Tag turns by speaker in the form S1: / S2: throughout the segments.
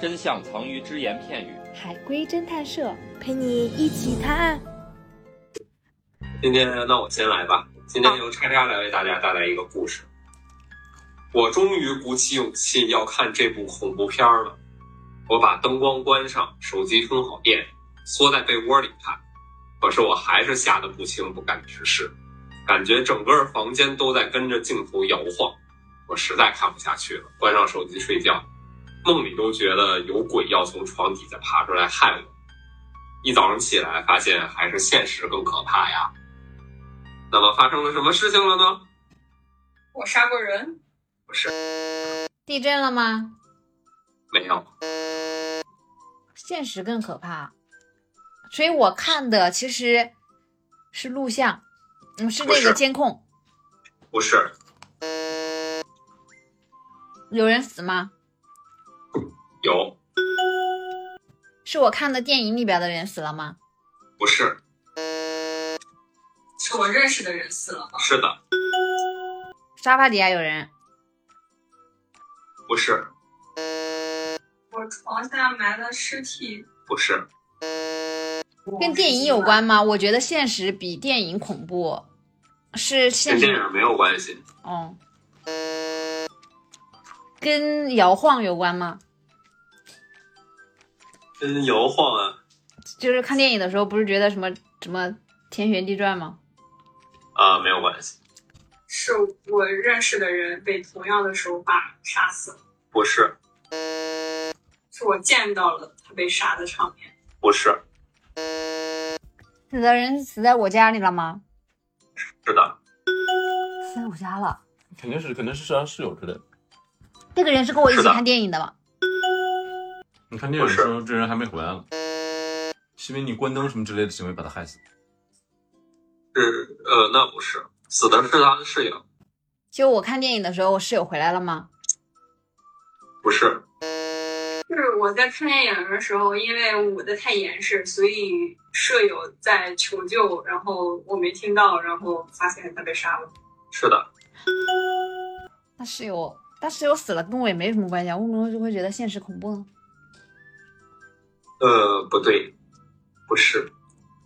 S1: 真相藏于只言片语。
S2: 海龟侦探社陪你一起探案。
S3: 今天那我先来吧，今天由叉叉来为大家带来一个故事。我终于鼓起勇气要看这部恐怖片了。我把灯光关上，手机充好电，缩在被窝里看。可是我还是吓得不轻，不敢直视，感觉整个房间都在跟着镜头摇晃。我实在看不下去了，关上手机睡觉。梦里都觉得有鬼要从床底下爬出来害我。一早上起来，发现还是现实更可怕呀。那么发生了什么事情了呢？
S4: 我杀过人，
S3: 不是，
S5: 地震了吗？
S3: 没有。
S5: 现实更可怕，所以我看的其实是录像，嗯，是那
S3: 不
S5: 个
S3: 是
S5: 监控。
S3: 不是，
S5: 有人死吗？
S3: 有，
S5: 是我看的电影里边的人死了吗？
S3: 不是，
S4: 是我认识的人死了吗？
S3: 是的，
S5: 沙发底下有人，
S3: 不是，
S4: 我床下埋的尸体
S3: 不是，
S5: 跟电影有关吗？我觉得现实比电影恐怖，是现
S3: 跟电
S5: 实
S3: 影没有关系，
S5: 哦，跟摇晃有关吗？
S3: 跟摇晃啊
S5: 就是看电影的时候，不是觉得什么什么天旋地转吗？
S3: 啊、没有关系，
S4: 是我认识的人被同样的手法杀死了，
S3: 不是，
S4: 是我见到了他被杀的场面，
S3: 不是，
S5: 死的人死在我家里了吗？
S3: 是的，
S5: 死在我家了。
S6: 肯定是肯定是是他室友之类的。
S5: 那个人是跟我一起
S3: 是的
S5: 看电影的吗？
S6: 你看电影
S3: 不
S6: 的
S3: 是
S6: 时候，这人还没回来呢，是因为你关灯什么之类的行为把他害死。
S3: 是呃，那不是，死的是他的室友，
S5: 就我看电影的时候，我室友回来了吗？
S3: 不是，
S4: 是我在看电影的时候，因为捂得太严实，所以舍友在求救，然后我没听到，然后发现他被杀了。
S3: 是的，
S5: 那室友，但室友死了跟我也没什么关系啊，为什么就会觉得现实恐怖呢？
S3: 呃，不对，不是，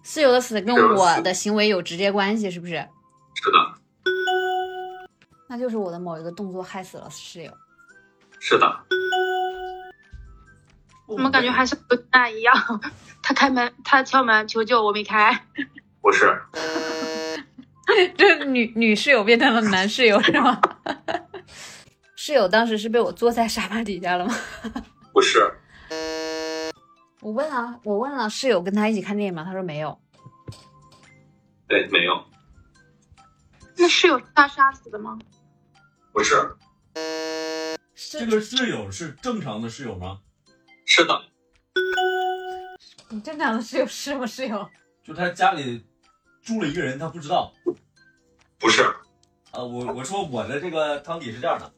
S5: 室友的死跟
S3: 室友的死
S5: 我的行为有直接关系，是不是？
S3: 是的，
S5: 那就是我的某一个动作害死了室友。
S3: 是的，
S7: 怎么感觉还是不大一样？他开门，他敲门求救，我没开。
S3: 不是，
S5: 这女女室友变成了男室友是吗？ 室友当时是被我坐在沙发底下了吗？
S3: 不是，
S5: 我问啊，我问了室友跟他一起看电影吗？他说没有。
S3: 对，哎没有，
S7: 那室友是他杀死的吗？
S3: 不是，
S6: 这
S5: 是
S6: 个室友是正常的室友吗？
S3: 是的，
S5: 你正常的室友是吗？室友
S6: 就他家里住了一个人，他不知道。
S3: 不是，
S6: 啊，我我说我的这个汤底是这样的，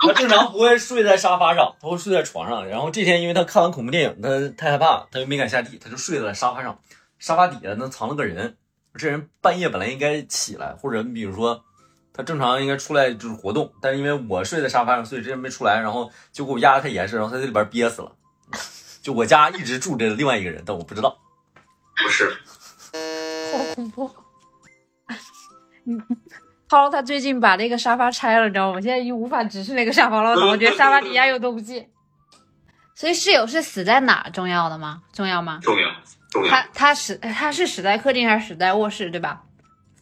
S6: 他正常不会睡在沙发上，他会睡在床上。然后这天因为他看完恐怖电影，他太害怕，他就没敢下地，他就睡在沙发上。沙发底下呢藏了个人，这人半夜本来应该起来，或者你比如说他正常应该出来就是活动，但是因为我睡在沙发上，所以这人没出来，然后就给我压得太严实，然后他在里边憋死了。 就我家一直住着另外一个人，但我不知道。
S3: 不是，
S5: 好恐怖。嗯涛他最近把那个沙发拆了，你知道吗？我现在已经无法直视那个沙发了，我觉得沙发底下有东西。 所以室友是死在哪儿重要的吗？重要吗？
S3: 重要，重要，
S5: 他他死他是死在客厅还是死在卧室对吧？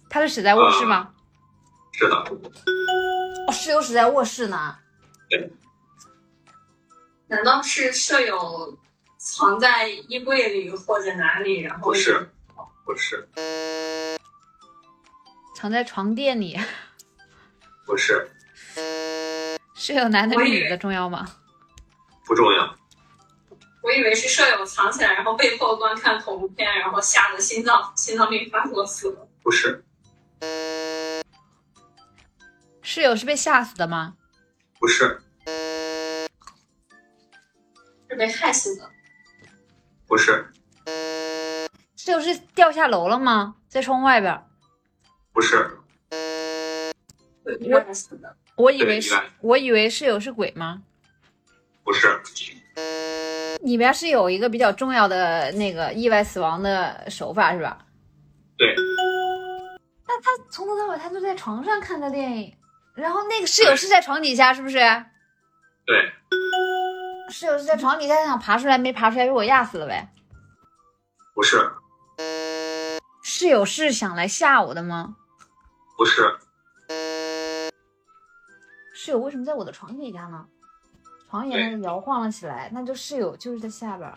S5: 他是死在卧室吗？
S3: 是的，
S5: 哦，室友死在卧室呢。
S4: 难道是舍友藏在衣柜里或者哪里？然后
S3: 不是，不是，
S5: 藏在床垫里，
S3: 不是，
S5: 室友男的
S4: 我以为
S5: 女的重要吗？
S3: 不重要，
S4: 我以为是舍友藏起来，然后被迫观看恐怖片，然后吓得心脏心脏病发作死了。
S3: 不是，
S5: 室友是被吓死的吗？
S3: 不是，
S4: 是被害死的，
S3: 不是，
S5: 室友是掉下楼了吗？在窗外边儿，
S3: 不是，
S4: 对，意外死的。
S5: 我以为
S3: 对
S5: 是
S3: 意外，
S5: 我以为室友是鬼吗？
S3: 不是，
S5: 里边是有一个比较重要的那个意外死亡的手法是吧？
S3: 对。
S5: 那他从头到尾他都在床上看的电影，然后那个室友是在床底下是不是？
S3: 对，
S5: 室友是在床底下想爬出来没爬出来被我压死了呗？
S3: 不是，
S5: 室友是想来吓我的吗？
S3: 不是，
S5: 室友为什么在我的床底下呢？床也那摇晃了起来，那就室友就是在下边儿，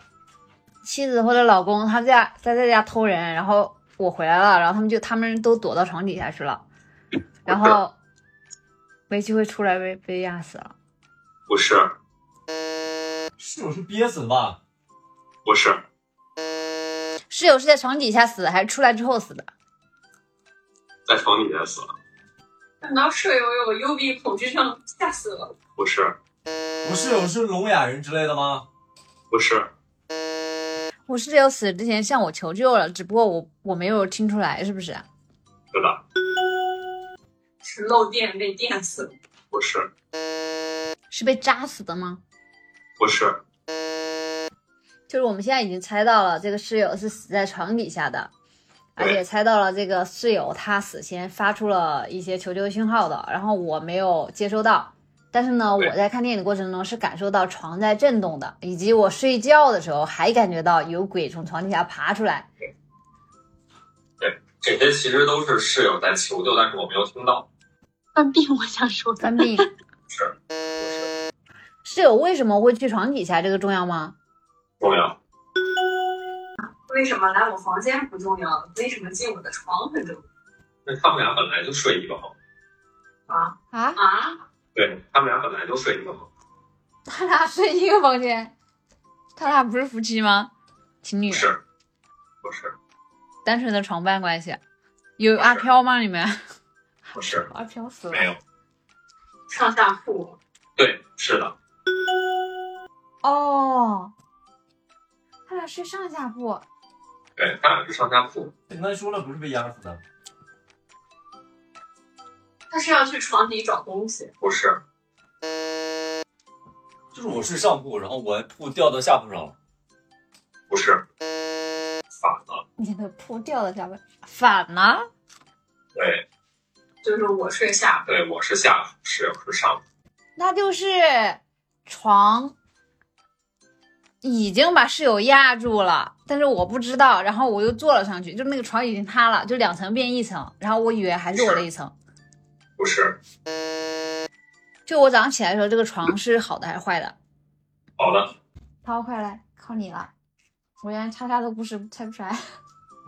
S5: 妻子或者老公他在家在在家偷人，然后我回来了，然后他们就他们都躲到床底下去了，然后没机会出来被被压死了。
S3: 不是，
S6: 室友是憋死的吧？
S3: 不是，
S5: 室友是在床底下死的，还是出来之后死的？
S3: 在床底下死了，
S4: 难道舍友有幽闭恐惧症？吓死了！
S3: 不是，
S6: 我室友是聋哑人之类的吗？
S3: 不是，
S5: 我室友死之前向我求救了，只不过我我没有听出来，是不是？
S3: 是的，
S4: 是漏电被电死了。
S3: 不是，
S5: 是被扎死的吗？
S3: 不是，
S5: 就是我们现在已经猜到了，这个室友是死在床底下的，而
S3: 对
S5: 且猜到了这个室友他死前发出了一些求救信号的，然后我没有接收到。但是呢，
S3: 对
S5: 我在看电影的过程中是感受到床在震动的，以及我睡觉的时候还感觉到有鬼从床底下爬出来。
S3: 这些其实都是室友在求救，但是我没有听到。
S7: 犯病，我想说
S5: 犯病，
S3: 是，不是，
S5: 室友为什么会去床底下？这个重要吗？
S3: 重要，
S4: 为什么来我房间不重要？为什么进我的床很重要
S3: 那他们俩本来就睡一个房，
S4: 啊
S5: 啊，
S4: 啊！
S3: 对他们俩本来就睡一个房，
S5: 他俩睡一个房间，他俩不是夫妻吗？情侣
S3: 不，是，不是，
S5: 单纯的床伴关系。有
S3: 不是
S5: 阿飘吗？里面？
S3: 不是，
S5: 啊阿飘死
S3: 没有，
S4: 上下铺，
S3: 对，是的，
S5: 哦，他俩睡上下铺，
S3: 对，他俩是上下铺，
S6: 你刚才说了不是被压死的，
S4: 他是要去床底找东西。
S3: 不是，
S6: 就是我睡上铺，然后我铺掉到下铺上了。
S3: 不是，反了，
S5: 你的铺掉到下边，反了。
S3: 对，
S4: 就是我睡下铺，
S3: 对，我是下铺，室友是上铺，
S5: 那就是床已经把室友压住了，但是我不知道，然后我又坐了上去，就那个床已经塌了，就两层变一层，然后我以为还是我的一层。
S3: 不是，
S5: 就我早上起来的时候，这个床是好的还是坏的？
S3: 好的，
S5: 涛，快来，靠你了！我连叉叉的故事猜不出来。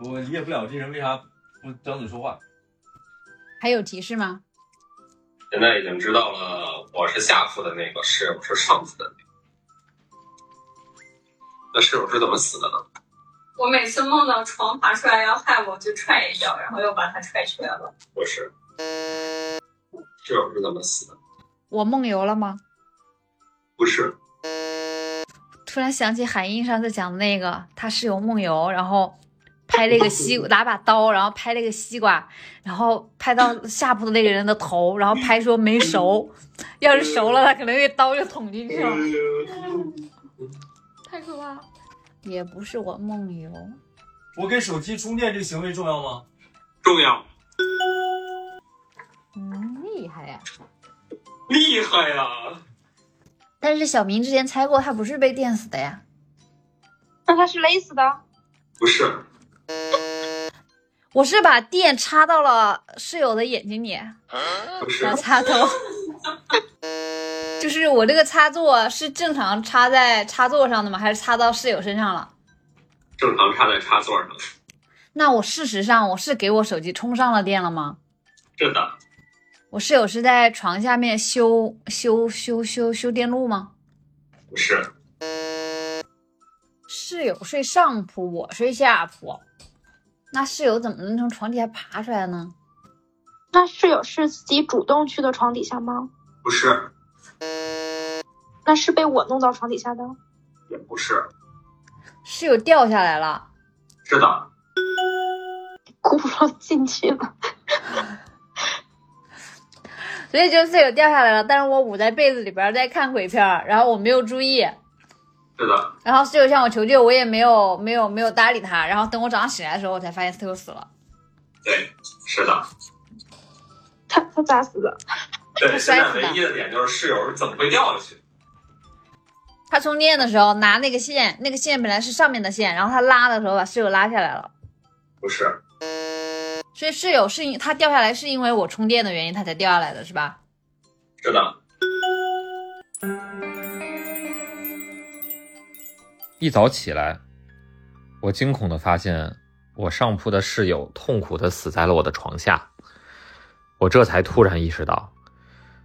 S6: 我理解不了这人为啥不张嘴说话。
S5: 还有提示吗？
S3: 现在已经知道了我是下铺的那个，室友是上铺的那个。那室友是怎么死的呢？
S4: 我每次梦到床爬出来要害我，就踹一脚，然后又把它踹瘸了。
S3: 不是，室友是怎么死的？
S5: 我梦游了吗？
S3: 不是，
S5: 突然想起海英上次讲的那个，他室友梦游，然后拍了一个西 拿把刀，然后拍了一个西瓜，然后拍到下铺的那个人的头， 然后拍说没熟， 要是熟了，他可能那刀就捅进去了，
S3: 嗯
S5: 太可怕了。也不是我梦游，
S6: 我给手机充电这个行为重要吗？
S3: 重要，
S5: 嗯，厉害呀！
S3: 厉害呀、
S5: 但是小明之前猜过，他不是被电死的呀。
S7: 那他是勒死的？
S3: 不是，
S5: 我是把电插到了室友的眼睛里，
S3: 不是
S5: 然，后插头， 就是我这个插座是正常插在插座上的吗？还是插到室友身上了？
S3: 正常插在插座上。
S5: 那我事实上我是给我手机充上了电了吗？
S3: 是的，
S5: 我室友是在床下面修修修修修电路吗？
S3: 不是，
S5: 室友睡上铺，我睡下铺，那室友怎么能从床底下爬出来呢？
S7: 那室友是自己主动去的床底下吗？
S3: 不是，
S7: 那是被我弄到床底下的？
S3: 也不是，
S5: 室友掉下来了，
S3: 是的，
S7: 轱辘进去了？
S5: 所以就室友掉下来了。但是我捂在被子里边儿在看鬼片儿，然后我没有注意，
S3: 是的，
S5: 然后室友向我求救，我也没有没有没有搭理他。然后等我早上醒来的时候，我才发现室友死了，
S3: 对，是的，
S7: 他他咋死的？
S3: 对。现
S5: 摔死
S3: 在
S5: 的
S3: 唯一的点就是室友是怎么会掉下去的？
S5: 他充电的时候拿那个线，那个线本来是上面的线，然后他拉的时候把室友拉下来了。
S3: 不是，
S5: 所以室友是因他掉下来是因为我充电的原因，他才掉下来的是吧？
S3: 是的，
S1: 一早起来，我惊恐的发现，我上铺的室友痛苦的死在了我的床下。我这才突然意识到，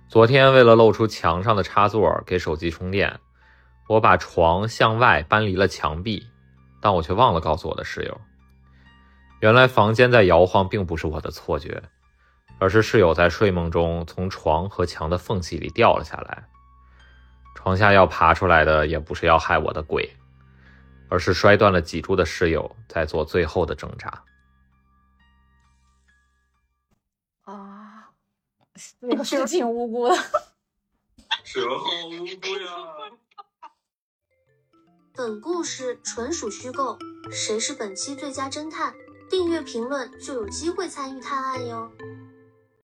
S1: 昨天为了露出墙上的插座给手机充电，我把床向外搬离了墙壁，但我却忘了告诉我的室友，原来房间在摇晃并不是我的错觉，而是室友在睡梦中从床和墙的缝隙里掉了下来。床下要爬出来的也不是要害我的鬼，而是摔断了脊柱的室友在做最后的挣扎。
S5: 啊，室友是挺无辜的。
S3: 室友好无辜呀。
S8: 本故事纯属虚构，谁是本期最佳侦探？订阅评论就有机会参与探案哟。